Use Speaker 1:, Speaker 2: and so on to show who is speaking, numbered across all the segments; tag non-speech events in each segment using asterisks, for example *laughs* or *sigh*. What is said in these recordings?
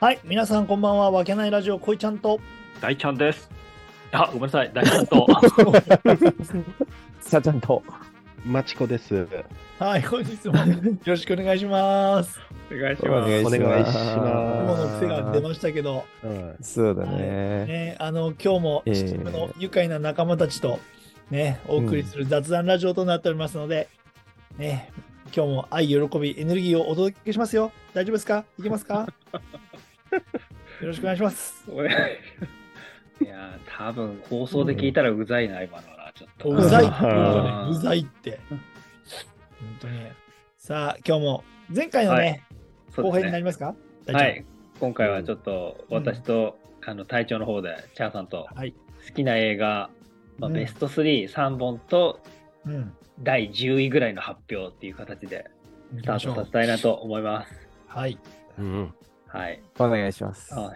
Speaker 1: はい、皆さんこんばんは。わけないラジオ、こいちゃんと。
Speaker 2: 大ちゃんです。あ、ごめんなさい、大ちゃんと。
Speaker 3: さあちゃんと。
Speaker 4: マチコです。
Speaker 1: はい、本日も *laughs* よろしくお願いします。
Speaker 2: お願いし
Speaker 3: お願いし
Speaker 4: お
Speaker 3: ます。
Speaker 4: 願いします
Speaker 1: 雲の癖が出ましたけど、
Speaker 4: うん
Speaker 3: そうだね。
Speaker 1: ね、あの、今日も
Speaker 3: ええ
Speaker 1: 秩父の愉快な仲間たちと、ね、お送りする雑談ラジオとなっておりますので、ね、今日も愛、喜び、エネルギーをお届けしますよ。大丈夫ですかいけますかよろしくお願いします。
Speaker 2: お願いいやー、多分放送で聞いたらうざいな、今のはな、ちょっと。
Speaker 1: うざいって
Speaker 2: ー
Speaker 4: あ
Speaker 1: うざいって。本当に。さあ、今日も前回のね、
Speaker 2: そう
Speaker 1: 後輩
Speaker 2: です
Speaker 1: にな
Speaker 2: ね。
Speaker 1: りますか大
Speaker 2: は
Speaker 1: 丈夫
Speaker 2: い、今回はちょっと
Speaker 1: うん
Speaker 2: 私と、あの隊長の方で、チャーさんと
Speaker 1: はい。
Speaker 2: 好きな映画、まあ
Speaker 1: うん
Speaker 2: ベスト3、3本と
Speaker 1: うん。
Speaker 2: 第10位ぐらいの発表っていう形で
Speaker 1: 行
Speaker 2: ス
Speaker 1: き
Speaker 2: タ
Speaker 1: ま
Speaker 2: ー
Speaker 1: しょ
Speaker 2: トさ
Speaker 1: う
Speaker 2: せ。たいなと思います。
Speaker 1: はい。
Speaker 4: うん
Speaker 2: はい。
Speaker 3: お願いします。
Speaker 2: あ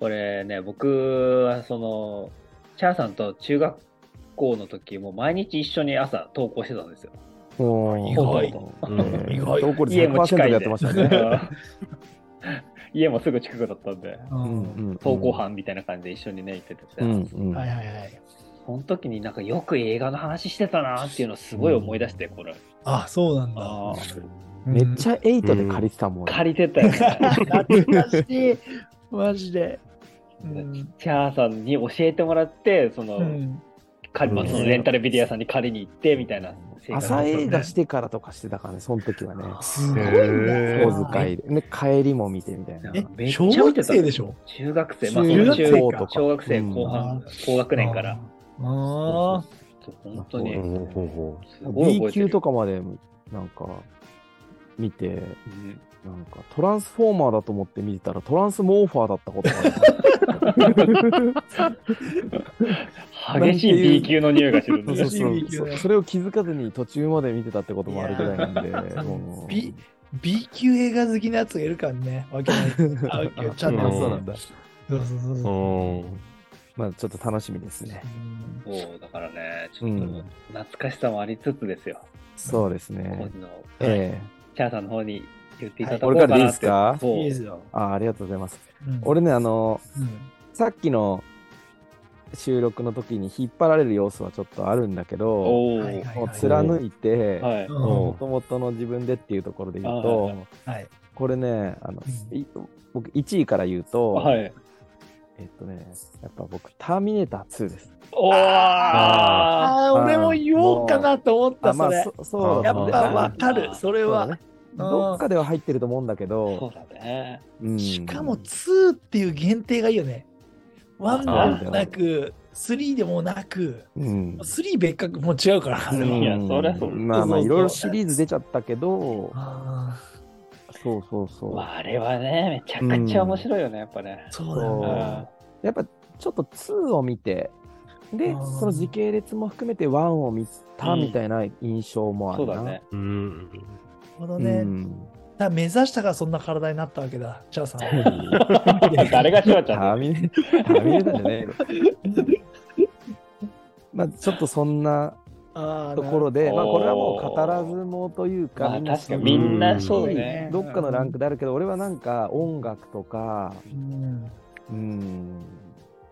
Speaker 2: これね、僕はその、チャーさんと中学校の時も毎日一緒に朝投稿してたんですよ。
Speaker 3: もう
Speaker 1: 意外
Speaker 3: えー
Speaker 1: 意外
Speaker 3: 投稿率
Speaker 2: 家も
Speaker 3: 100%
Speaker 2: 近
Speaker 3: で
Speaker 2: いん
Speaker 3: やって
Speaker 2: で
Speaker 3: ましたね。
Speaker 2: *laughs* 家もすぐ近くだったんで、
Speaker 1: う
Speaker 3: うん
Speaker 1: ん
Speaker 3: うん
Speaker 2: 投稿班みたいな感じで一緒にね、行ってて、
Speaker 3: うんうん。
Speaker 1: はいはいはい。
Speaker 2: その時になんかよく映画の話してたなっていうのをすごい思い出して、これ。
Speaker 1: あ、そうなんだ。
Speaker 2: ああ、
Speaker 3: めっち
Speaker 1: ゃ。
Speaker 3: ゃエイトで借りてたもん。
Speaker 2: 借りてたよね。
Speaker 1: 懐かしい。マジで。うん。
Speaker 2: *laughs* チャーさんに教えてもらって、その、
Speaker 1: うん
Speaker 2: 借りまあ
Speaker 3: うん
Speaker 2: そのレンタルビデオ屋さんに借りに行ってみたいな生活
Speaker 3: 朝映画してからとかしてたからね、その時はね。
Speaker 1: すごい
Speaker 4: へー
Speaker 1: な。
Speaker 3: 小遣いで。ね、帰りも見てみたいな。
Speaker 2: いやめ
Speaker 1: え。
Speaker 2: っちゃ
Speaker 1: 小
Speaker 2: 見てた
Speaker 1: 学生でしょ
Speaker 2: 中学生、まあ、そ
Speaker 1: 中
Speaker 2: の
Speaker 1: 学
Speaker 2: 中
Speaker 1: 生
Speaker 3: と
Speaker 1: か
Speaker 3: か。
Speaker 2: 小学生後半、高学年から。。
Speaker 1: あーあ
Speaker 2: ちょっと本当に
Speaker 4: ほうほうほ
Speaker 2: すごい
Speaker 3: B
Speaker 2: 覚えてる
Speaker 3: 級とかまで、なんか、見て、
Speaker 2: うん
Speaker 3: なんか、トランスフォーマーだと思って見てたら、トランスモーファーだったことがあ
Speaker 1: *laughs*
Speaker 3: る。
Speaker 2: 激しい B 級の匂いがするん
Speaker 3: *laughs* そう
Speaker 2: で
Speaker 3: そう
Speaker 2: す
Speaker 3: そ
Speaker 1: 嬉しいう
Speaker 3: そそれを気づかずに途中まで見てたってこともあるぐらいなんで、 *laughs* もう
Speaker 1: B B 級映画好きなやつがいるからね。わけない。あわけないチャンネル
Speaker 3: あそうなんだ。
Speaker 1: そうそうそう
Speaker 4: う
Speaker 1: そう。
Speaker 4: うん
Speaker 3: まあちょっと楽しみですね。
Speaker 1: うん
Speaker 2: そうだからね、ち
Speaker 3: う
Speaker 2: ょっと
Speaker 3: ん、
Speaker 2: 懐かしさもありつつですよ、
Speaker 3: そうです
Speaker 2: 個
Speaker 3: ね。
Speaker 2: 人の、
Speaker 3: ええ
Speaker 2: チャーさんの方に言っていただこう
Speaker 3: 俺
Speaker 2: か
Speaker 3: からでいい
Speaker 2: な
Speaker 3: で
Speaker 2: っ
Speaker 3: す
Speaker 2: て。
Speaker 3: か
Speaker 2: そう
Speaker 1: いいですよ。
Speaker 3: あありがとうございます。
Speaker 1: うん、
Speaker 3: 俺ね、あの、
Speaker 1: うん
Speaker 3: さっきの収録の時に引っ張られる要素はちょっとあるんだけど、
Speaker 2: おお、
Speaker 1: はいはい
Speaker 3: もう貫いて、
Speaker 2: はい
Speaker 1: うん
Speaker 3: もともとの自分でっていうところで言う
Speaker 2: あ
Speaker 3: と、
Speaker 1: はい。
Speaker 3: これね、あの、
Speaker 1: う
Speaker 3: い僕1位から言うと、
Speaker 2: はい。
Speaker 3: えっとね、やっぱ僕、ターミネーター2です。
Speaker 2: おーあ
Speaker 1: ああ、俺も言おうかなと思った、
Speaker 3: あ、
Speaker 1: そ
Speaker 3: まあ
Speaker 1: れ。、
Speaker 3: そそう
Speaker 1: や
Speaker 3: だ
Speaker 1: っ
Speaker 3: ね
Speaker 1: ぱわかる、それ
Speaker 3: そう
Speaker 1: は
Speaker 3: だ。ね。どっかでは入ってると思うんだけ
Speaker 2: ーそ
Speaker 3: ど
Speaker 2: う、だね。
Speaker 3: うん
Speaker 1: しかも2っていう限定がいいよね。1でもなく、3でもなく、
Speaker 3: うん、
Speaker 1: 3別格もう違うから、あれは
Speaker 2: うんいやそりゃそう
Speaker 3: まあ
Speaker 1: そう
Speaker 3: まあ
Speaker 1: そう
Speaker 3: いろいろシリーズ出ちゃったけど、
Speaker 1: あ
Speaker 3: そうそうそう、
Speaker 2: まあ、あれはね、めちゃくちゃ面白いよね、やっぱね
Speaker 1: ー。そうだよ
Speaker 2: う
Speaker 1: ね。
Speaker 3: そ
Speaker 2: ん
Speaker 3: やっぱちょっと2を見て、で
Speaker 1: あー
Speaker 3: その時系列も含めて1を見たみたいな印象もあ
Speaker 2: そ
Speaker 3: る
Speaker 2: う
Speaker 3: な。
Speaker 2: だね。
Speaker 4: うん
Speaker 1: この
Speaker 3: う
Speaker 1: ね、
Speaker 3: ん。
Speaker 1: だから目指したからそんな体になったわけだ、チャーさん。
Speaker 3: *laughs*
Speaker 2: 誰がしわち
Speaker 3: タ
Speaker 2: ゃんだよ
Speaker 3: ーミネターミネーターじゃねえよまあちょっとそんな
Speaker 1: あー
Speaker 3: ところで、
Speaker 2: あー
Speaker 3: まあこれはもう語らずもというか、
Speaker 2: まあ、
Speaker 3: みんな
Speaker 2: 確かにみんなそう
Speaker 3: うん
Speaker 2: ね。
Speaker 3: どっかのランクであるけど、俺はなんか音楽とか、
Speaker 1: うん
Speaker 3: うん、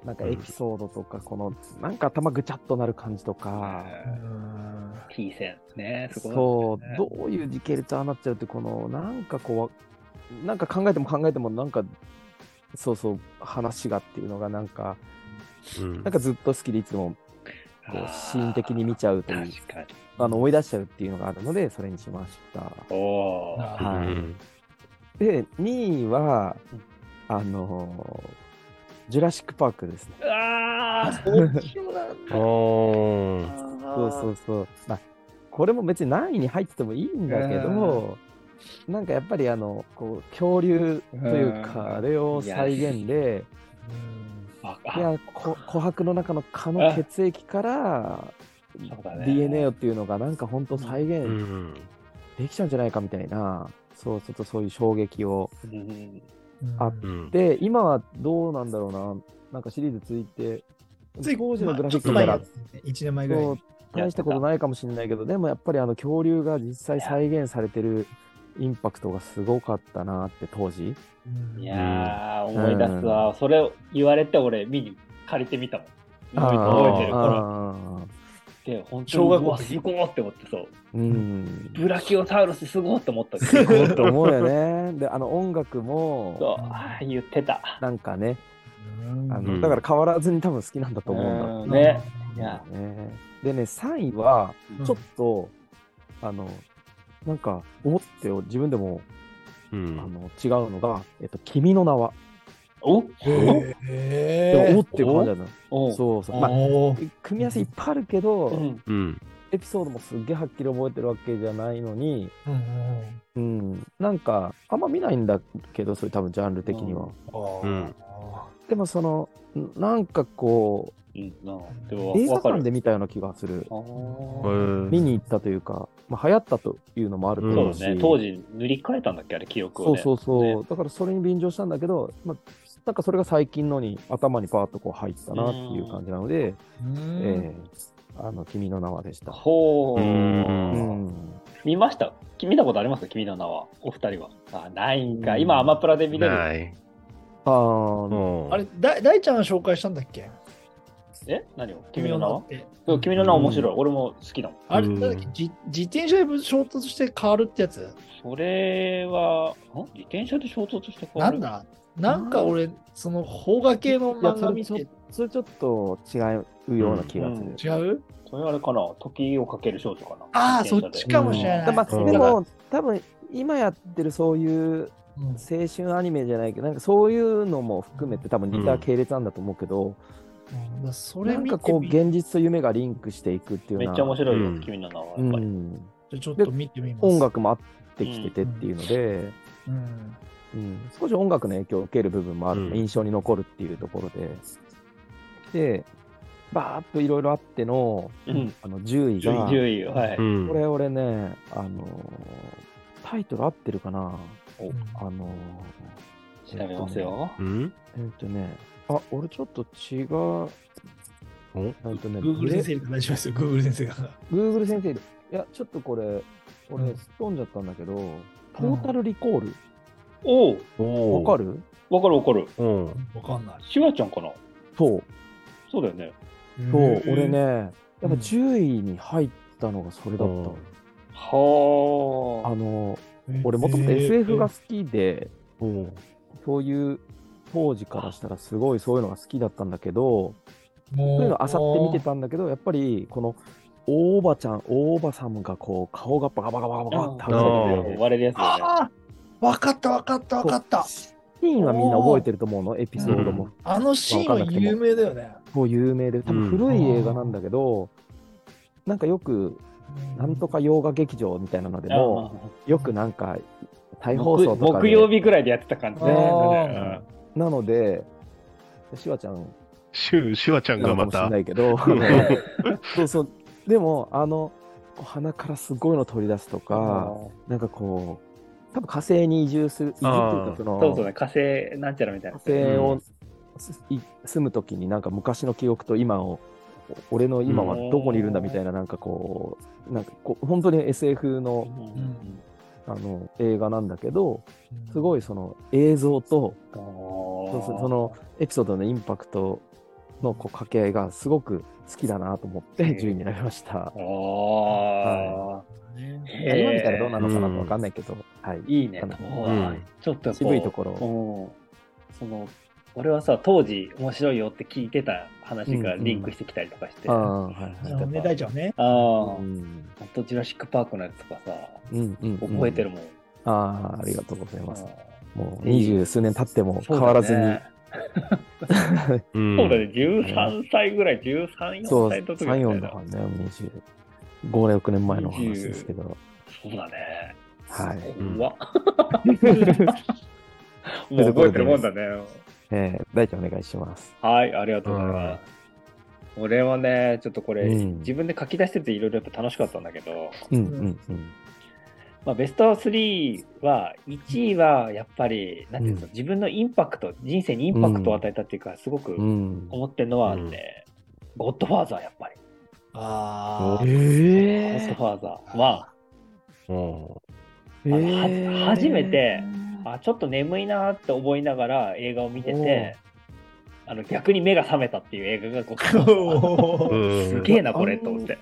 Speaker 3: なんかエピソードとか、この、なんか頭ぐちゃっとなる感じとか、
Speaker 1: うん
Speaker 2: ピーセンね、そ
Speaker 3: そ
Speaker 2: こ
Speaker 3: う、どういう時系列ああなっちゃうって、この、なんかこう、なんか考えても考えても、なんか、そうそう、話がっていうのが、なんか、
Speaker 4: うん
Speaker 3: なんかずっと好きでいつも、
Speaker 2: う
Speaker 3: こう、シーン的に見ちゃうという、
Speaker 2: 確かに。
Speaker 3: あの、思い出しちゃうっていうのがあるので、それにしました。
Speaker 2: おおー。
Speaker 1: なる
Speaker 3: は
Speaker 4: う
Speaker 3: い。
Speaker 4: ん
Speaker 3: で、2位は
Speaker 2: うん、
Speaker 3: あのージュラシック・パークですね。
Speaker 2: ああ、そうしようなんだ。
Speaker 4: おー
Speaker 3: そうそうそう。まあ、これも別に何位に入っててもいいんだけど、なんかやっぱりあの、こう、恐竜という
Speaker 2: うん
Speaker 3: か、あれを再現で、
Speaker 1: うん
Speaker 2: あ
Speaker 3: い
Speaker 2: あ
Speaker 3: や、こ琥珀の中の蚊の血液から、
Speaker 2: そうだね
Speaker 3: DNA をっていうのがなんか本当再
Speaker 4: う
Speaker 3: 現
Speaker 4: ん
Speaker 3: できちゃうんじゃないかみたいな、そう、ちょっとそういう衝撃を。
Speaker 2: う
Speaker 1: う
Speaker 2: ん
Speaker 1: ん
Speaker 3: あ
Speaker 4: うん
Speaker 3: で、今はどうなんだろうな、なんかシリーズ続いて、
Speaker 1: つい
Speaker 3: 当時のグラフィッ
Speaker 1: ちょっと
Speaker 3: クか
Speaker 1: 前だ
Speaker 3: ら
Speaker 1: ね1年前ぐらいに
Speaker 3: そう大したことないかもしれないけどでもやっぱりあの恐竜が実際再現されてるインパクトがすごかったなって当時。
Speaker 1: うん
Speaker 2: いやー、
Speaker 3: ん
Speaker 2: 思い出すわ。それを言われて、俺、見に借りてみたもん。覚えて覚えてる頃
Speaker 3: あ
Speaker 2: で、本当に、
Speaker 5: 小学校
Speaker 2: うわ、すごーって思ってそう。
Speaker 3: ーうん。
Speaker 2: ブラキオサウルスすごーって思ったけ
Speaker 3: す
Speaker 2: ど。
Speaker 3: ごいと思う
Speaker 2: *laughs*
Speaker 3: よね。で、あの音楽も、
Speaker 2: そうあー言ってた。
Speaker 3: なんかね、
Speaker 1: うん
Speaker 3: あ
Speaker 4: う
Speaker 3: の
Speaker 4: ん
Speaker 3: だから変わらずに多分好きなんだと思うんだ
Speaker 2: ね。いや、
Speaker 3: ろうね。でね、3位は、
Speaker 1: うん
Speaker 3: ちょっと、あの、なんか、思ってよ自分でも、
Speaker 4: う
Speaker 3: あ
Speaker 4: ん。
Speaker 3: の違うのが、えっと、君の名は。
Speaker 2: お
Speaker 1: へ
Speaker 3: で
Speaker 1: え
Speaker 3: もおっていう感じな
Speaker 2: お
Speaker 3: の。そうそう。まあ、
Speaker 1: おー
Speaker 3: 組み合わせいっぱいあるけど、
Speaker 2: うん
Speaker 4: うん。
Speaker 3: エピソードもすっげえはっきり覚えてるわけじゃないのに、
Speaker 1: うんうん
Speaker 3: うん、なんか、あんま見ないんだけど、それ多分ジャンル的には。
Speaker 1: あー
Speaker 4: うん
Speaker 3: でも、その、んなんかこ
Speaker 2: いいなで
Speaker 3: う、
Speaker 2: も、
Speaker 3: 映
Speaker 2: わ
Speaker 3: 画
Speaker 2: かる
Speaker 3: 館。で見たような気がする。
Speaker 2: あー
Speaker 4: へー
Speaker 3: 見に行ったというか、まあ、流行ったというのもあると
Speaker 2: そう
Speaker 3: 思
Speaker 2: だ
Speaker 3: うし、
Speaker 2: ね。当時、塗り替えたんだっけ、あれ、記憶
Speaker 3: そ
Speaker 2: を、
Speaker 3: う
Speaker 2: ね。
Speaker 3: そうそう、
Speaker 2: ね
Speaker 3: だからそれに便乗したんだけど、まあ、なんかそれが最近のに頭にパーッとこう入ったなっていう感じなので、
Speaker 1: うん
Speaker 3: えーあの君の名はでした。
Speaker 2: ほう
Speaker 4: うん
Speaker 3: うん、
Speaker 2: 見ました見たことあります君の名は。お二人は。あ、ないんか。
Speaker 3: うん
Speaker 2: 今、アマプラで見れる。
Speaker 4: ない。
Speaker 3: あー
Speaker 4: うん
Speaker 1: あれ、だ大ちゃんが紹介したんだっけ
Speaker 2: え何を君の名は
Speaker 1: って。
Speaker 2: そう君の名は面白い。俺も好きだもん。
Speaker 1: あれ、なんだっけじ自転車で衝突して変わるってやつ
Speaker 2: それは、ん自転車で衝突して変
Speaker 1: な
Speaker 2: わる
Speaker 1: んだなんか俺、その邦画系の
Speaker 3: いや
Speaker 1: 漫
Speaker 3: そ
Speaker 1: 画
Speaker 3: れ
Speaker 1: 見
Speaker 3: ちょ
Speaker 1: て
Speaker 3: それちょっと違うような気がする。
Speaker 2: うんうん
Speaker 1: 違う
Speaker 2: それあれかな時をかける少女かな
Speaker 1: ああ、
Speaker 2: 自
Speaker 1: そ
Speaker 2: 転
Speaker 1: っ
Speaker 2: 車で
Speaker 1: ちかもしれ
Speaker 3: だ
Speaker 1: な
Speaker 3: か
Speaker 1: い。
Speaker 3: らま
Speaker 4: う
Speaker 3: あ、
Speaker 4: ん
Speaker 3: でも、多分今やってるそういう
Speaker 1: うん
Speaker 3: 青春アニメじゃないけど、なんかそういうのも含めて、多分似た系列なんだと思うけど、
Speaker 1: うんだそ
Speaker 3: な
Speaker 1: れ
Speaker 3: ん
Speaker 1: 見
Speaker 3: か
Speaker 1: て
Speaker 3: こう、
Speaker 1: みじ
Speaker 3: 現実と夢がリンクしていくっていう
Speaker 2: め
Speaker 3: よう
Speaker 2: っちゃ面
Speaker 3: な、
Speaker 2: 白いよ、
Speaker 4: うん
Speaker 2: 君の名は。やっぱ
Speaker 3: う
Speaker 2: り。
Speaker 3: ん、
Speaker 1: ゃあちょっと見てみます。
Speaker 3: 音楽も合ってきててっていうので。
Speaker 1: うん。
Speaker 3: うん、少し音楽の影響を受ける部分もある、
Speaker 4: うん
Speaker 3: 印象に残るっていうところで、で、バーっといろいろあっての
Speaker 2: うん。
Speaker 3: あの10位が、
Speaker 2: 10位、はい。
Speaker 4: うん
Speaker 3: これ俺ね、あのータイトル合ってるかな、
Speaker 2: お
Speaker 3: あのー
Speaker 2: 調べますよ。
Speaker 4: うん
Speaker 3: えっとね、あ、俺ちょっと違う、
Speaker 4: お
Speaker 3: えっとね、
Speaker 1: Google
Speaker 3: ブレ
Speaker 1: 先生が大丈夫ですよ、Google 先生が。
Speaker 3: Google 先生、いや、ちょっとこれ、
Speaker 1: う
Speaker 3: 俺、
Speaker 1: ん
Speaker 3: すっ飛んじゃったんだけど、トータルリコール、
Speaker 2: おう
Speaker 4: お
Speaker 3: わか
Speaker 4: る
Speaker 3: る
Speaker 2: わかるわかる。
Speaker 4: うん。
Speaker 1: わかんない。
Speaker 2: シュワちゃんかな
Speaker 3: そう。
Speaker 2: そうだよね。
Speaker 3: そう
Speaker 1: へ、ー
Speaker 3: 俺。ね、やっぱ
Speaker 1: うん
Speaker 3: 10位に入ったのがそれだった。
Speaker 2: は
Speaker 3: あ
Speaker 2: あ。
Speaker 3: の、俺もともと
Speaker 1: へー
Speaker 3: SF が好きで、
Speaker 4: うん。
Speaker 3: そういう当時からしたらすごいそういうのが好きだったんだけど、
Speaker 1: も
Speaker 3: そういうのあさって見てたんだけど、やっぱりこの大おばちゃん、大おばさんがこう顔がバカバカバカバカって
Speaker 2: あ
Speaker 4: ー
Speaker 3: 外れてて、
Speaker 2: 割れるやつだよね。
Speaker 1: ああわかったわかったわかった。
Speaker 3: シーンはみんな覚えてると思うの、エピソードも。
Speaker 1: あのシーンは有名だよね。
Speaker 3: こう有名で、多分古い映画なんだけど、なんかよく、なんとか洋画劇場みたいなのでも、よくなんか、
Speaker 2: う
Speaker 3: 再
Speaker 2: ん
Speaker 3: 放送とか
Speaker 2: 木
Speaker 3: で
Speaker 2: 曜日ぐらいでやってた感じだよね
Speaker 1: あ
Speaker 3: なので、シワちゃん
Speaker 4: シュシュワちゃん
Speaker 3: な
Speaker 4: が
Speaker 3: のか
Speaker 4: ま
Speaker 3: もしれ
Speaker 4: た
Speaker 3: な。いけど、 *laughs* そうそう、でも、あの、こう鼻からすごいの取り出すと
Speaker 2: うん
Speaker 3: か、なんかこう、多分火星に移住する、移住っていうか、その、
Speaker 2: そうそうね、火星なんちゃらみたい
Speaker 3: 火
Speaker 2: な。
Speaker 3: 星をすい住むときに、なんか昔の記憶と今を、お俺の今はどこにいるんだみたいな、なんかこう、なんかこう、本当に SF の
Speaker 1: ん
Speaker 3: あの映画なんだけど、すご
Speaker 1: い。
Speaker 3: いその映像と、そ
Speaker 2: そう
Speaker 3: そうそのエピソードのインパクトのこう掛け合いがすごく好きだなと思って
Speaker 2: うん
Speaker 3: 10位になりました。
Speaker 2: ああ、へー
Speaker 3: 今見たらどうなのかなと分かんないけど、はい、
Speaker 2: いいね。
Speaker 3: うん
Speaker 2: うんちょっとこう
Speaker 3: 渋いところ。
Speaker 2: うんその俺はさ当時面白いよって聞いてた話が
Speaker 3: うんうん
Speaker 2: リンクしてきたりとかして、
Speaker 3: あ
Speaker 2: あ
Speaker 3: あ、はいはい。
Speaker 1: ね、大ちゃんね。
Speaker 2: あ
Speaker 3: う
Speaker 2: 本
Speaker 3: ん
Speaker 2: 当ジュラシック・パークのやつとかさ
Speaker 3: うんうんうん
Speaker 2: 覚えてるもん、
Speaker 3: ああ、ありがとうござい
Speaker 2: あ
Speaker 3: ます。
Speaker 2: ー
Speaker 3: もう二十数年経っても変わらずに。
Speaker 4: うん
Speaker 2: そうだね13歳ぐらい13、4
Speaker 3: そう、
Speaker 2: 歳の時
Speaker 3: 3、4だからね、25、6年前の話ですけど。
Speaker 2: そうだね
Speaker 3: はい。
Speaker 4: うん
Speaker 2: 怖っ
Speaker 3: *laughs*
Speaker 2: もう覚えてるもんだね
Speaker 3: えー、大ちゃんお願いします。
Speaker 2: はい、ありがとうございます。俺はね、ちょっとこれ、
Speaker 3: うん
Speaker 2: 自分で書き出してていろいろやっぱ楽しかったんだけど、
Speaker 3: うんうんうん。
Speaker 2: まあ、ベスト3は、1位はやっぱり、なんていうの、
Speaker 3: うん
Speaker 2: 自分のインパクト、人生にインパクトを与えたっていうか、すごく
Speaker 3: うん。
Speaker 2: 思ってるのはね、ゴッドファーザーやっぱり。
Speaker 1: ああ。
Speaker 2: ゴ
Speaker 3: え
Speaker 2: ッドファーザーは、
Speaker 4: うん
Speaker 3: えー
Speaker 2: は初めてあちょっと眠いなーって思いながら映画を見ててあの逆に目が覚めたっていう映画がこう
Speaker 1: お *laughs* ー
Speaker 4: う
Speaker 2: す
Speaker 4: ん
Speaker 2: げえなこれと思って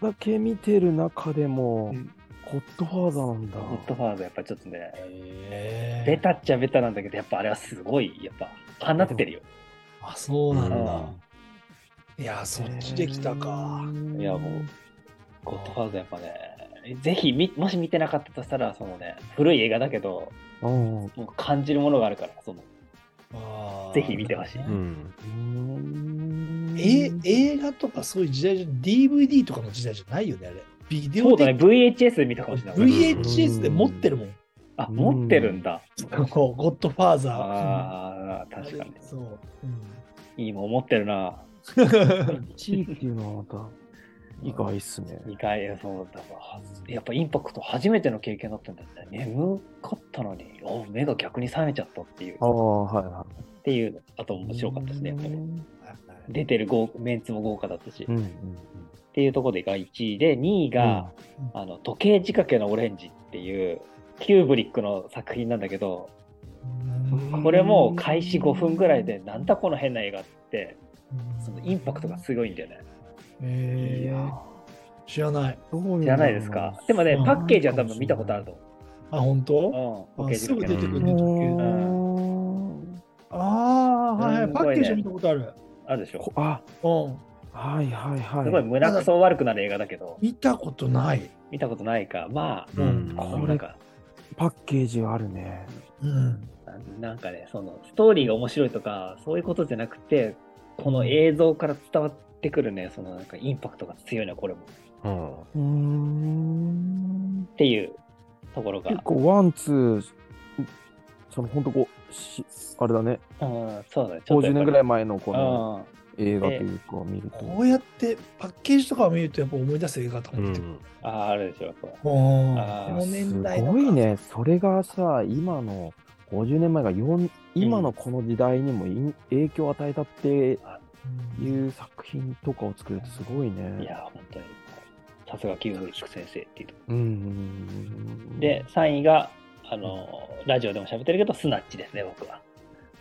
Speaker 3: だけ見てる中でも
Speaker 1: うん、
Speaker 3: ゴッドファーザーなんだ。
Speaker 2: ゴッドファーザーやっぱちょっとね
Speaker 1: えー
Speaker 2: ベタっちゃベタなんだけどやっぱあれはすごいやっぱ放ってるよ
Speaker 1: あ、そうなんだ
Speaker 2: う。
Speaker 1: いや、そっちできたか。
Speaker 2: いやもうゴッドファーザーやっぱねぜひみもし見てなかったとしたらそのね古い映画だけど
Speaker 3: うん。
Speaker 2: もう感じるものがあるからその
Speaker 1: あー
Speaker 2: ぜひ見てほしい
Speaker 4: うん
Speaker 3: うん
Speaker 1: え映画とかそういう時代じゃ DVD とかの時代じゃないよね、あれ。ビデ
Speaker 2: そ
Speaker 1: オ
Speaker 2: うだね
Speaker 1: で、
Speaker 2: VHS で見たかもしれない
Speaker 1: VHS で持ってるもん。
Speaker 2: あ持ってるんだ
Speaker 1: こうゴッドファーザー。
Speaker 2: あー確かに
Speaker 1: そう。
Speaker 2: いいもん持ってるな
Speaker 1: うん、
Speaker 3: 1位っていうのはまた意外っすね。
Speaker 2: 2回演奏だからはずやっぱインパクト初めての経験だったんだよね眠かったのにお目が逆に覚めちゃったっていう
Speaker 3: あ
Speaker 2: っ
Speaker 3: あ、はいは
Speaker 2: ていうあと面白かったですねやっぱり出てる豪メンツも豪華だったし、
Speaker 3: い。う
Speaker 2: っ
Speaker 3: んうん
Speaker 2: ていうところでが1位で2位が、
Speaker 1: う
Speaker 2: あの時計仕掛けのオレンジっていうキューブリックの作品なんだけどこれも開始5分ぐらいでなんだこの変な映画ってそのインパクトがすごいんだよね
Speaker 3: うん。い
Speaker 1: え
Speaker 3: や
Speaker 1: ー、知らない。
Speaker 3: どういうの
Speaker 2: じゃないですかでもね
Speaker 1: うん
Speaker 2: パッケージは多分見たことあると
Speaker 1: あ、本当
Speaker 2: 思う、うん、
Speaker 1: あ
Speaker 2: 時計仕
Speaker 1: すぐ
Speaker 2: 掛け
Speaker 1: 出
Speaker 2: の
Speaker 1: てくる
Speaker 3: う
Speaker 1: ね、時計。
Speaker 3: ん
Speaker 1: ああー、はいはい。
Speaker 2: す
Speaker 1: パ
Speaker 2: ごいね
Speaker 1: ッケージは見たことある。
Speaker 2: あるでしょ
Speaker 3: こあ、
Speaker 1: うん。
Speaker 3: はいはいはい。
Speaker 2: すごい胸くそ悪くなる映画だけど、
Speaker 1: 見たことない。
Speaker 2: 見たことないか、まあ、
Speaker 4: うん
Speaker 2: こうなんか、
Speaker 3: パッケージはあるね。
Speaker 1: うん。
Speaker 2: なんかね、そのストーリーが面白いとか、そういうことじゃなくて、この映像から伝わってくるね、そのなんかインパクトが強いな、これも。
Speaker 4: うん
Speaker 3: うーん。
Speaker 2: っていうところが
Speaker 3: 結、構ワン、ツー、その本当こう、しあれだね、
Speaker 2: うん、そうだね、ちょっと
Speaker 3: 50
Speaker 2: やっぱり
Speaker 3: 年ぐらい前のこ
Speaker 2: う
Speaker 3: の
Speaker 2: ん、
Speaker 3: 映画というか見ると。
Speaker 1: こうやってパッケージとかを見るとやっぱ思い出す映画と
Speaker 4: う
Speaker 1: か出てくる。
Speaker 4: ん
Speaker 2: ああ、あるでしょ、やっぱ
Speaker 1: うん
Speaker 2: あー
Speaker 1: この
Speaker 3: す
Speaker 1: 年代のか
Speaker 3: ごい。ね、それがさ、今の50年前が4今のこの時代にもいん影響を与えたって
Speaker 1: うん
Speaker 3: いう作品とかを作るとすごい
Speaker 2: い
Speaker 3: ね。
Speaker 2: や、本当に、さすがキューブリック先生っていうとこ
Speaker 3: うんうん。
Speaker 2: で、、3位が、あの、ラジオでも喋ってるけど、スナッチですね、僕は。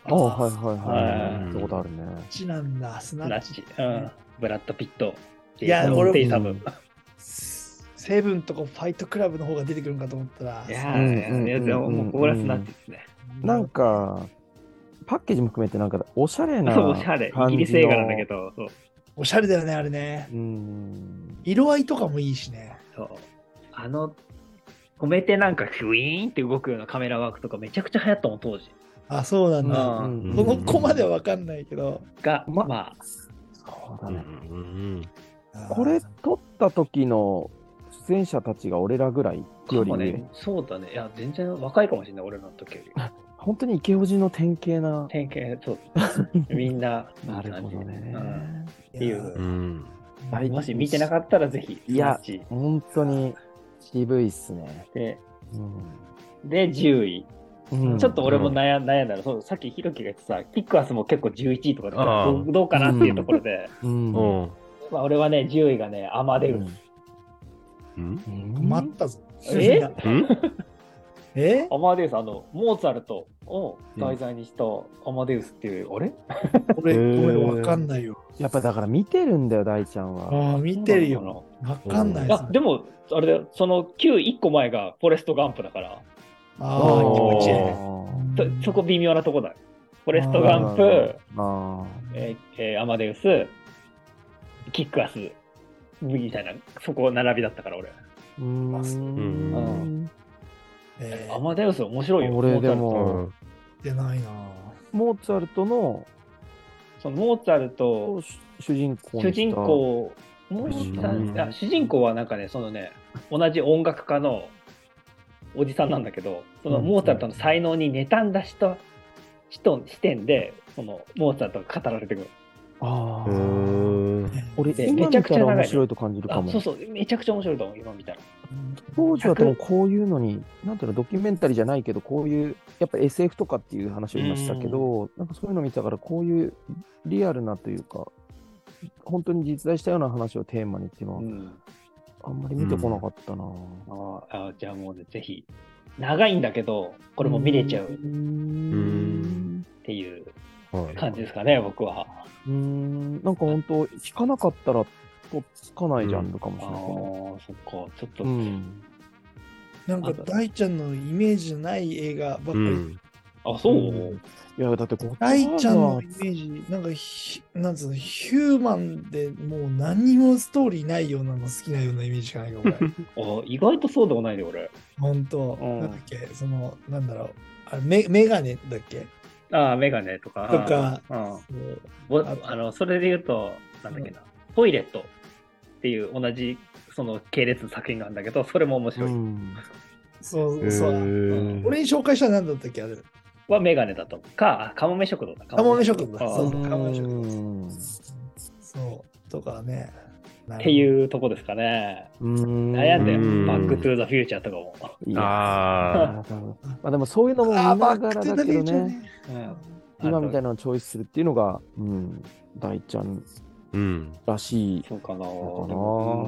Speaker 3: あはいはいはい。
Speaker 4: うん
Speaker 3: そういうことあるね。
Speaker 1: スナッチなんだ、スナ
Speaker 2: スナ
Speaker 1: ッ
Speaker 2: ッチ
Speaker 1: チ。、
Speaker 2: うん、ブラッド・ピット、
Speaker 1: いや
Speaker 2: ジェイソン
Speaker 1: 俺
Speaker 2: ステイサム。
Speaker 1: セブンとかファイトクラブの方が出てくるんかと思ったら。
Speaker 2: いや
Speaker 3: うんうん
Speaker 2: ー、いやでももうコーラス
Speaker 3: うん
Speaker 2: なってですね。
Speaker 3: なんか、パッケージも含めてなんかおしゃれな
Speaker 2: *laughs* おしゃれ、イギリス映画なんだけど、そう。
Speaker 1: おしゃれだよね、あれね。
Speaker 3: うん。
Speaker 1: 色合いとかもいいしね。
Speaker 2: そうあの、止めてなんかヒュイーンって動くようなカメラワークとかめちゃくちゃ流行ったもん、当時。
Speaker 1: あ、そうなん
Speaker 2: う
Speaker 1: だ。
Speaker 2: ん
Speaker 4: うん
Speaker 1: この子まではわかんないけど。
Speaker 2: が、
Speaker 3: ま
Speaker 2: ま
Speaker 3: そう
Speaker 4: う
Speaker 3: だね。
Speaker 4: んうん
Speaker 3: これ撮った時の出演者たちが俺らぐらい
Speaker 2: あ、
Speaker 3: より
Speaker 2: かも
Speaker 3: 上、
Speaker 2: ね、そうだね。いや、全然若いかもしれない、俺らの時より。
Speaker 3: 本当にイケオジの典型な。
Speaker 2: 典型、そう。
Speaker 3: *laughs*
Speaker 2: みんな、
Speaker 3: なるほど
Speaker 2: う
Speaker 3: ね
Speaker 2: ん。
Speaker 1: っていう
Speaker 4: うんうん
Speaker 3: はい
Speaker 2: もし見てなかったらぜひ、
Speaker 3: いや
Speaker 2: スナッチ
Speaker 3: 本当に渋いっすね。
Speaker 2: で、
Speaker 3: うん
Speaker 2: で、10位。
Speaker 3: うん
Speaker 2: ちょっと俺も悩ん悩んだら、そうさっきひろきが言ってさ、キックアスも結構11位とかで
Speaker 4: ああ
Speaker 2: どうどうかなっていうところで、
Speaker 3: うん
Speaker 4: うん
Speaker 2: まあ俺はね、10位がね、アマデウス。
Speaker 4: うん
Speaker 3: うん
Speaker 1: 待ったぞ。
Speaker 2: え
Speaker 1: みんなえ
Speaker 2: アマデウス、あの、モーツァルトを題材にしたアマデウスっていう、あれ
Speaker 1: 俺、ごめん、わかんないよ。
Speaker 3: やっぱだから見てるんだよ、大ちゃんは。
Speaker 1: ああ、見てるよ。
Speaker 2: よ。
Speaker 1: わかんない
Speaker 2: あ、でも、あれだよ、その9、1個前がフォレストガンプだから、
Speaker 1: ああ、気
Speaker 4: ー
Speaker 1: 持ちいい
Speaker 4: ね
Speaker 2: そ
Speaker 1: うん。
Speaker 2: そこ微妙なとこだよ。フォレスト
Speaker 1: あ
Speaker 2: ガンプ、
Speaker 3: あ
Speaker 2: えーえーアマデウス、キックアス、みたいな、そこ並びだったから俺。
Speaker 3: ーうん
Speaker 2: ん
Speaker 1: えー
Speaker 2: アマデウス面白いよ、
Speaker 3: 俺
Speaker 2: モーツァ
Speaker 3: で
Speaker 2: ルト
Speaker 4: う
Speaker 3: も、
Speaker 4: ん
Speaker 1: 出ないな。
Speaker 3: モーツァルトの
Speaker 2: そのモーツァルト、
Speaker 3: 主人公にした
Speaker 2: 主人公、モーツァルトあ主人公はなんかね、そのね、同じ音楽家のおじさんなんだけど、その
Speaker 3: うん
Speaker 2: モーツァルトの才能に妬んだ人、人視点で、そのモーツァルトが語られてくる。
Speaker 3: ああ、
Speaker 4: うん
Speaker 3: 俺、
Speaker 2: でめ
Speaker 3: 今
Speaker 2: ちゃ
Speaker 3: 見
Speaker 2: くち
Speaker 3: た
Speaker 2: ゃ
Speaker 3: ら
Speaker 2: 長い
Speaker 3: 面白いと感じるか
Speaker 2: あ
Speaker 3: も。
Speaker 2: そうそう、めちゃくちゃ面白いと思う、今見たら。
Speaker 3: 当時はでもこういうのに、なんていうの、ドキュメンタリーじゃないけど、こういう、やっぱ SF とかっていう話を言いましたけど、なんかそういうの見たから、こういうリアルなというか、本当に実在したような話をテーマにっていうのは
Speaker 2: う、ん、
Speaker 3: あんまり見てこなかったな、
Speaker 2: あーあー、じゃあもうね、ぜひ、長いんだけど、これも見れちゃうっ
Speaker 3: ん
Speaker 2: ていう
Speaker 4: はい
Speaker 2: 感じですかね、僕は。
Speaker 3: うーん、なんか本当、聞かなかったらとっつかないジャンルかもし
Speaker 2: ああ
Speaker 3: れないね。
Speaker 2: ー、そっか、ちょっと、
Speaker 3: うん
Speaker 1: なんか大ちゃんのイメージない映画ばっか
Speaker 4: う
Speaker 1: り。
Speaker 4: ん。
Speaker 2: あ、そう、
Speaker 4: うん
Speaker 3: いや、だってこっ
Speaker 1: 大ちゃんのイメージ、なんかひ、なんつうの、ヒューマンでもう何にもストーリーないようなの好きなようなイメージしかないよ、 *laughs* 俺。
Speaker 2: あ意外とそうでもないで、俺。
Speaker 1: ほんと、
Speaker 3: うん
Speaker 1: なんだっけ、その、なんだろう、あれメメガネだっけ
Speaker 2: ああ、メガネとか。
Speaker 1: とか
Speaker 2: うん
Speaker 1: そう
Speaker 2: ぼ
Speaker 1: あと
Speaker 2: あのそれで言うと、なんだっけな、トイレットっていう同じその系列の作品があるんだけど、それも面白い。
Speaker 3: うん
Speaker 1: そうそう。
Speaker 4: うん
Speaker 1: 俺に紹介したら何だったっけあれ。
Speaker 2: はメガネだと思う。か、あカモメ食堂だ。
Speaker 1: カモメ食堂だ
Speaker 2: ああ
Speaker 1: そう
Speaker 2: っ
Speaker 1: そう彼女
Speaker 3: うん
Speaker 1: そう。とかね。
Speaker 2: て
Speaker 1: う。
Speaker 2: いうとこですかね。
Speaker 3: うん
Speaker 2: 悩んだ
Speaker 4: うん
Speaker 2: よ。バックトゥーザフューチャーとかも。
Speaker 3: いや
Speaker 4: あ
Speaker 3: まあでもそういうのも見
Speaker 1: あ
Speaker 3: な
Speaker 1: ー、バ
Speaker 3: が
Speaker 1: ック
Speaker 3: ら
Speaker 1: トゥ
Speaker 3: だけど
Speaker 1: ーザ
Speaker 3: ね、
Speaker 2: うん
Speaker 3: 今みたいなのをチョイスするっていうのが、うん、大ちゃん
Speaker 4: ー。うん。
Speaker 3: らしい。
Speaker 2: そうかな。
Speaker 3: そ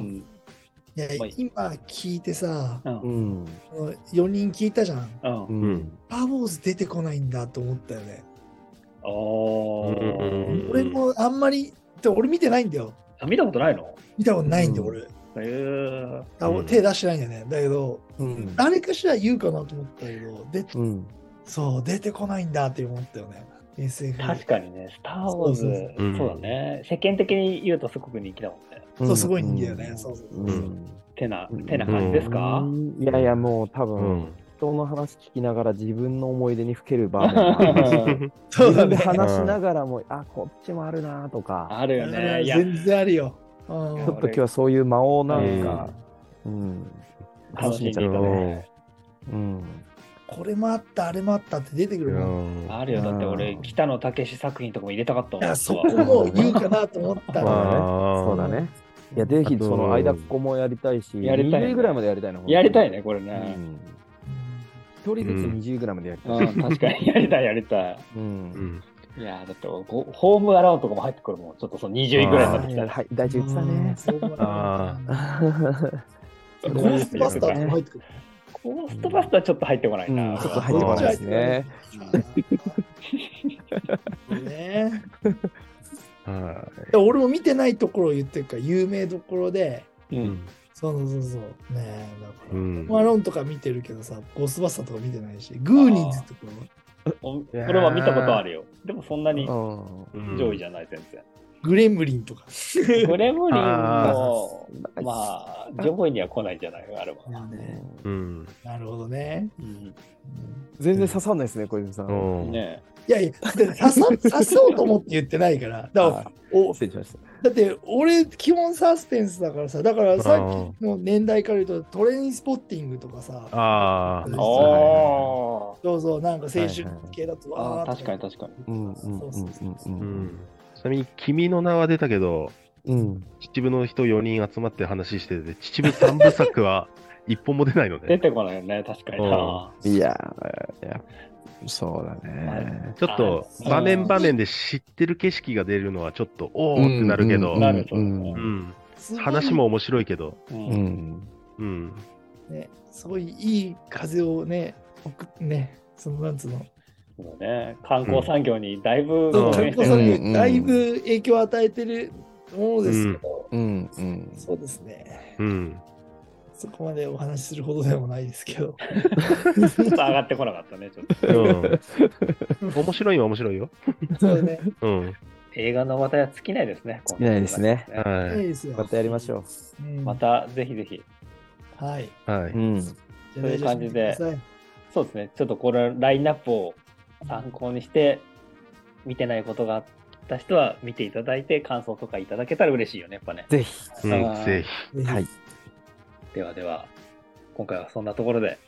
Speaker 2: でもう
Speaker 3: うかな
Speaker 2: ん
Speaker 1: いや
Speaker 2: まあいい、
Speaker 1: 今聞いてさ、
Speaker 2: う
Speaker 3: うんん。
Speaker 1: この4人聞いたじゃん。
Speaker 2: うん
Speaker 3: う。
Speaker 4: うんん。
Speaker 1: パーボーズ出てこないんだと思ったよね。
Speaker 2: お
Speaker 4: うん
Speaker 2: ー
Speaker 1: 俺もあんまり、で俺見てないんだよ。
Speaker 2: あ見たことないの
Speaker 1: 見たことないんだよ、
Speaker 3: うん
Speaker 1: 俺。
Speaker 2: へー
Speaker 1: あ
Speaker 4: うん
Speaker 1: 手出してないんだよね。だけど、
Speaker 3: うん。
Speaker 1: 誰かしら言うかなと思ったけど、で
Speaker 3: うん。
Speaker 1: そう、出てこないんだって思ったよね。SF。
Speaker 2: 確かにね、スター・ウォー
Speaker 1: そ
Speaker 2: ズ、そ
Speaker 1: そ
Speaker 2: うう
Speaker 1: う
Speaker 4: そううん
Speaker 2: だね。世間的に言うとすごく人気だもんね。
Speaker 1: そう、すごい人気だよね。そうそうそうう。
Speaker 3: ん。
Speaker 2: てな
Speaker 3: うん、
Speaker 2: てな感じですか、
Speaker 3: うんいやいや、もう多
Speaker 4: う
Speaker 3: 分、
Speaker 4: ん。
Speaker 3: 人の話聞きながら自分の思い出にふける場面も
Speaker 2: *laughs*
Speaker 3: あるし
Speaker 1: そう
Speaker 3: 自
Speaker 1: だ
Speaker 3: 分で
Speaker 1: ね。
Speaker 3: 話しながらも、あ、こっちもあるなと
Speaker 2: *laughs*
Speaker 3: か、
Speaker 2: あるよね。いや、
Speaker 1: 全然あるよ。うん
Speaker 3: ちょっと今日はそういう間をなんか、うん、
Speaker 2: 楽しんでいただいて。
Speaker 3: うん。
Speaker 1: これもあった、あれもあったって出てくるもん。
Speaker 2: あるよ。だって
Speaker 3: う
Speaker 2: 俺
Speaker 3: ん、
Speaker 2: 北野武作品とかも入れたかったも
Speaker 1: い
Speaker 2: ん。
Speaker 1: や、そこも言うかなと思った
Speaker 3: そうだ
Speaker 1: ら。
Speaker 3: ね
Speaker 4: あー
Speaker 3: そうだね。いや、ぜひその間っこもやりたいし、
Speaker 2: やりたいね
Speaker 3: 20ぐらいまでやりたいな。
Speaker 2: やりたいね、
Speaker 3: こ
Speaker 2: これ
Speaker 3: れ
Speaker 2: ね。
Speaker 3: 一人ずつ20ぐらいまでやりたい。
Speaker 2: うん、確かに。やりたい、やりたい。
Speaker 3: うん
Speaker 4: うん。
Speaker 2: いや、だって俺、ごホームアラウンドとかも入ってくるもん。ちょっとその20位ぐらいになってきたら。
Speaker 3: はい、大丈夫ですね。
Speaker 1: あ
Speaker 4: あ
Speaker 1: ゴ
Speaker 2: こう
Speaker 1: ーストバスターズも入ってくる。
Speaker 2: ゴーストバスターちょっと入ってこない
Speaker 3: うん
Speaker 2: な。
Speaker 3: ちょっと入ってこないですね
Speaker 1: あー。ね
Speaker 4: は
Speaker 1: で俺も見てないところを言ってるから、有名どころで、
Speaker 2: う。
Speaker 4: い。うんん。
Speaker 1: そうそうそうそう。ねえ、だから。
Speaker 4: うん
Speaker 1: マロンとか見てるけどさ、ゴーストバスターとか見てないし、グーニーズとかも
Speaker 2: おこれは見たことあるよ。でもそんなに
Speaker 3: うん
Speaker 2: 上位じゃない、全然。
Speaker 1: グレムリンとか。
Speaker 2: グレムリン
Speaker 4: あ
Speaker 2: も、まあ、上位には来ないんじゃないあれは。
Speaker 4: うん。
Speaker 1: なるほどね。
Speaker 2: うん
Speaker 3: 全然刺さんないですね、小泉さん。
Speaker 4: うん
Speaker 2: ね
Speaker 1: いやいや、だって刺さ刺そうと思って言ってないから。だから
Speaker 3: あ
Speaker 1: お
Speaker 3: 失礼しました。
Speaker 1: だって俺、基本サスペンスだからさ、だからさっきの年代から言うと、トレインスポッティングとかさ、
Speaker 4: あ
Speaker 2: え。
Speaker 1: うん
Speaker 4: あ。
Speaker 2: おー。
Speaker 1: そうそう、なんか青春系だと、
Speaker 2: あ
Speaker 1: ー
Speaker 2: あ、確かに。確かに。
Speaker 3: うんう
Speaker 1: そ
Speaker 3: ん
Speaker 1: う
Speaker 3: う
Speaker 1: そ
Speaker 3: ん
Speaker 1: うそう
Speaker 3: う
Speaker 1: そ
Speaker 3: ん
Speaker 1: う
Speaker 4: う
Speaker 3: うん
Speaker 4: ん。ちなみに、君の名は出たけど、
Speaker 3: うん。
Speaker 4: 秩父の人4人集まって話してて、秩父三部作は一本も出ないの
Speaker 2: 出
Speaker 4: ね。
Speaker 2: てこないよね、確かにな。
Speaker 3: いやー、いやそうだね。
Speaker 4: ちょっと
Speaker 2: あ
Speaker 4: 場面場面で知ってる景色が出るのはちょっとおおってなるけ
Speaker 3: う
Speaker 4: ど、うんん
Speaker 2: なるほど
Speaker 3: うん
Speaker 1: すごい
Speaker 4: 話も面白いけど、
Speaker 2: う。
Speaker 3: うんん。
Speaker 4: うん、
Speaker 1: ね、すごいいい風をね、送っね、そのなんつうの、
Speaker 2: そうね。観光産業にだいぶ
Speaker 1: そう観
Speaker 2: 貢献して
Speaker 1: 光
Speaker 2: る
Speaker 1: 産
Speaker 2: ね。
Speaker 1: 業にだいぶ影響を与えてるものですけど、
Speaker 3: うんうん。
Speaker 1: そうですね。
Speaker 4: うん、
Speaker 1: そこまでお話しするほどでもないですけど。 *laughs*
Speaker 2: ちょっと上がってこなかったね、ちょっと。
Speaker 4: うん、面白いは面白いよ。
Speaker 1: そうね。
Speaker 4: うん、
Speaker 2: 映画の話題は尽きないですね。
Speaker 3: きないですね
Speaker 2: 今度は
Speaker 1: ない
Speaker 4: は
Speaker 1: ですよ。
Speaker 3: またやりましょ。
Speaker 1: うん
Speaker 2: またぜひぜひ。
Speaker 1: はい。
Speaker 4: い、はいう
Speaker 3: う、ん。
Speaker 1: じ
Speaker 2: そういう感じで
Speaker 1: 大丈夫にしてください
Speaker 2: そうですね。ちょっとこれラインナップを参考にして、見てないことがあった人は見ていただいて、感想とかいただけたら嬉しいよね、やっぱね。
Speaker 3: ぜひ。
Speaker 4: うん、ぜ
Speaker 1: ぜひ
Speaker 3: はい。
Speaker 2: ではでは、今回はそんなところで。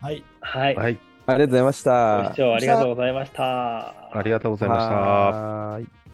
Speaker 1: はい。
Speaker 2: はい。
Speaker 4: ひ、はい、
Speaker 3: ありがとうございました。
Speaker 2: ご視聴ありがとうございました。
Speaker 4: ありがとうございました。
Speaker 3: はーい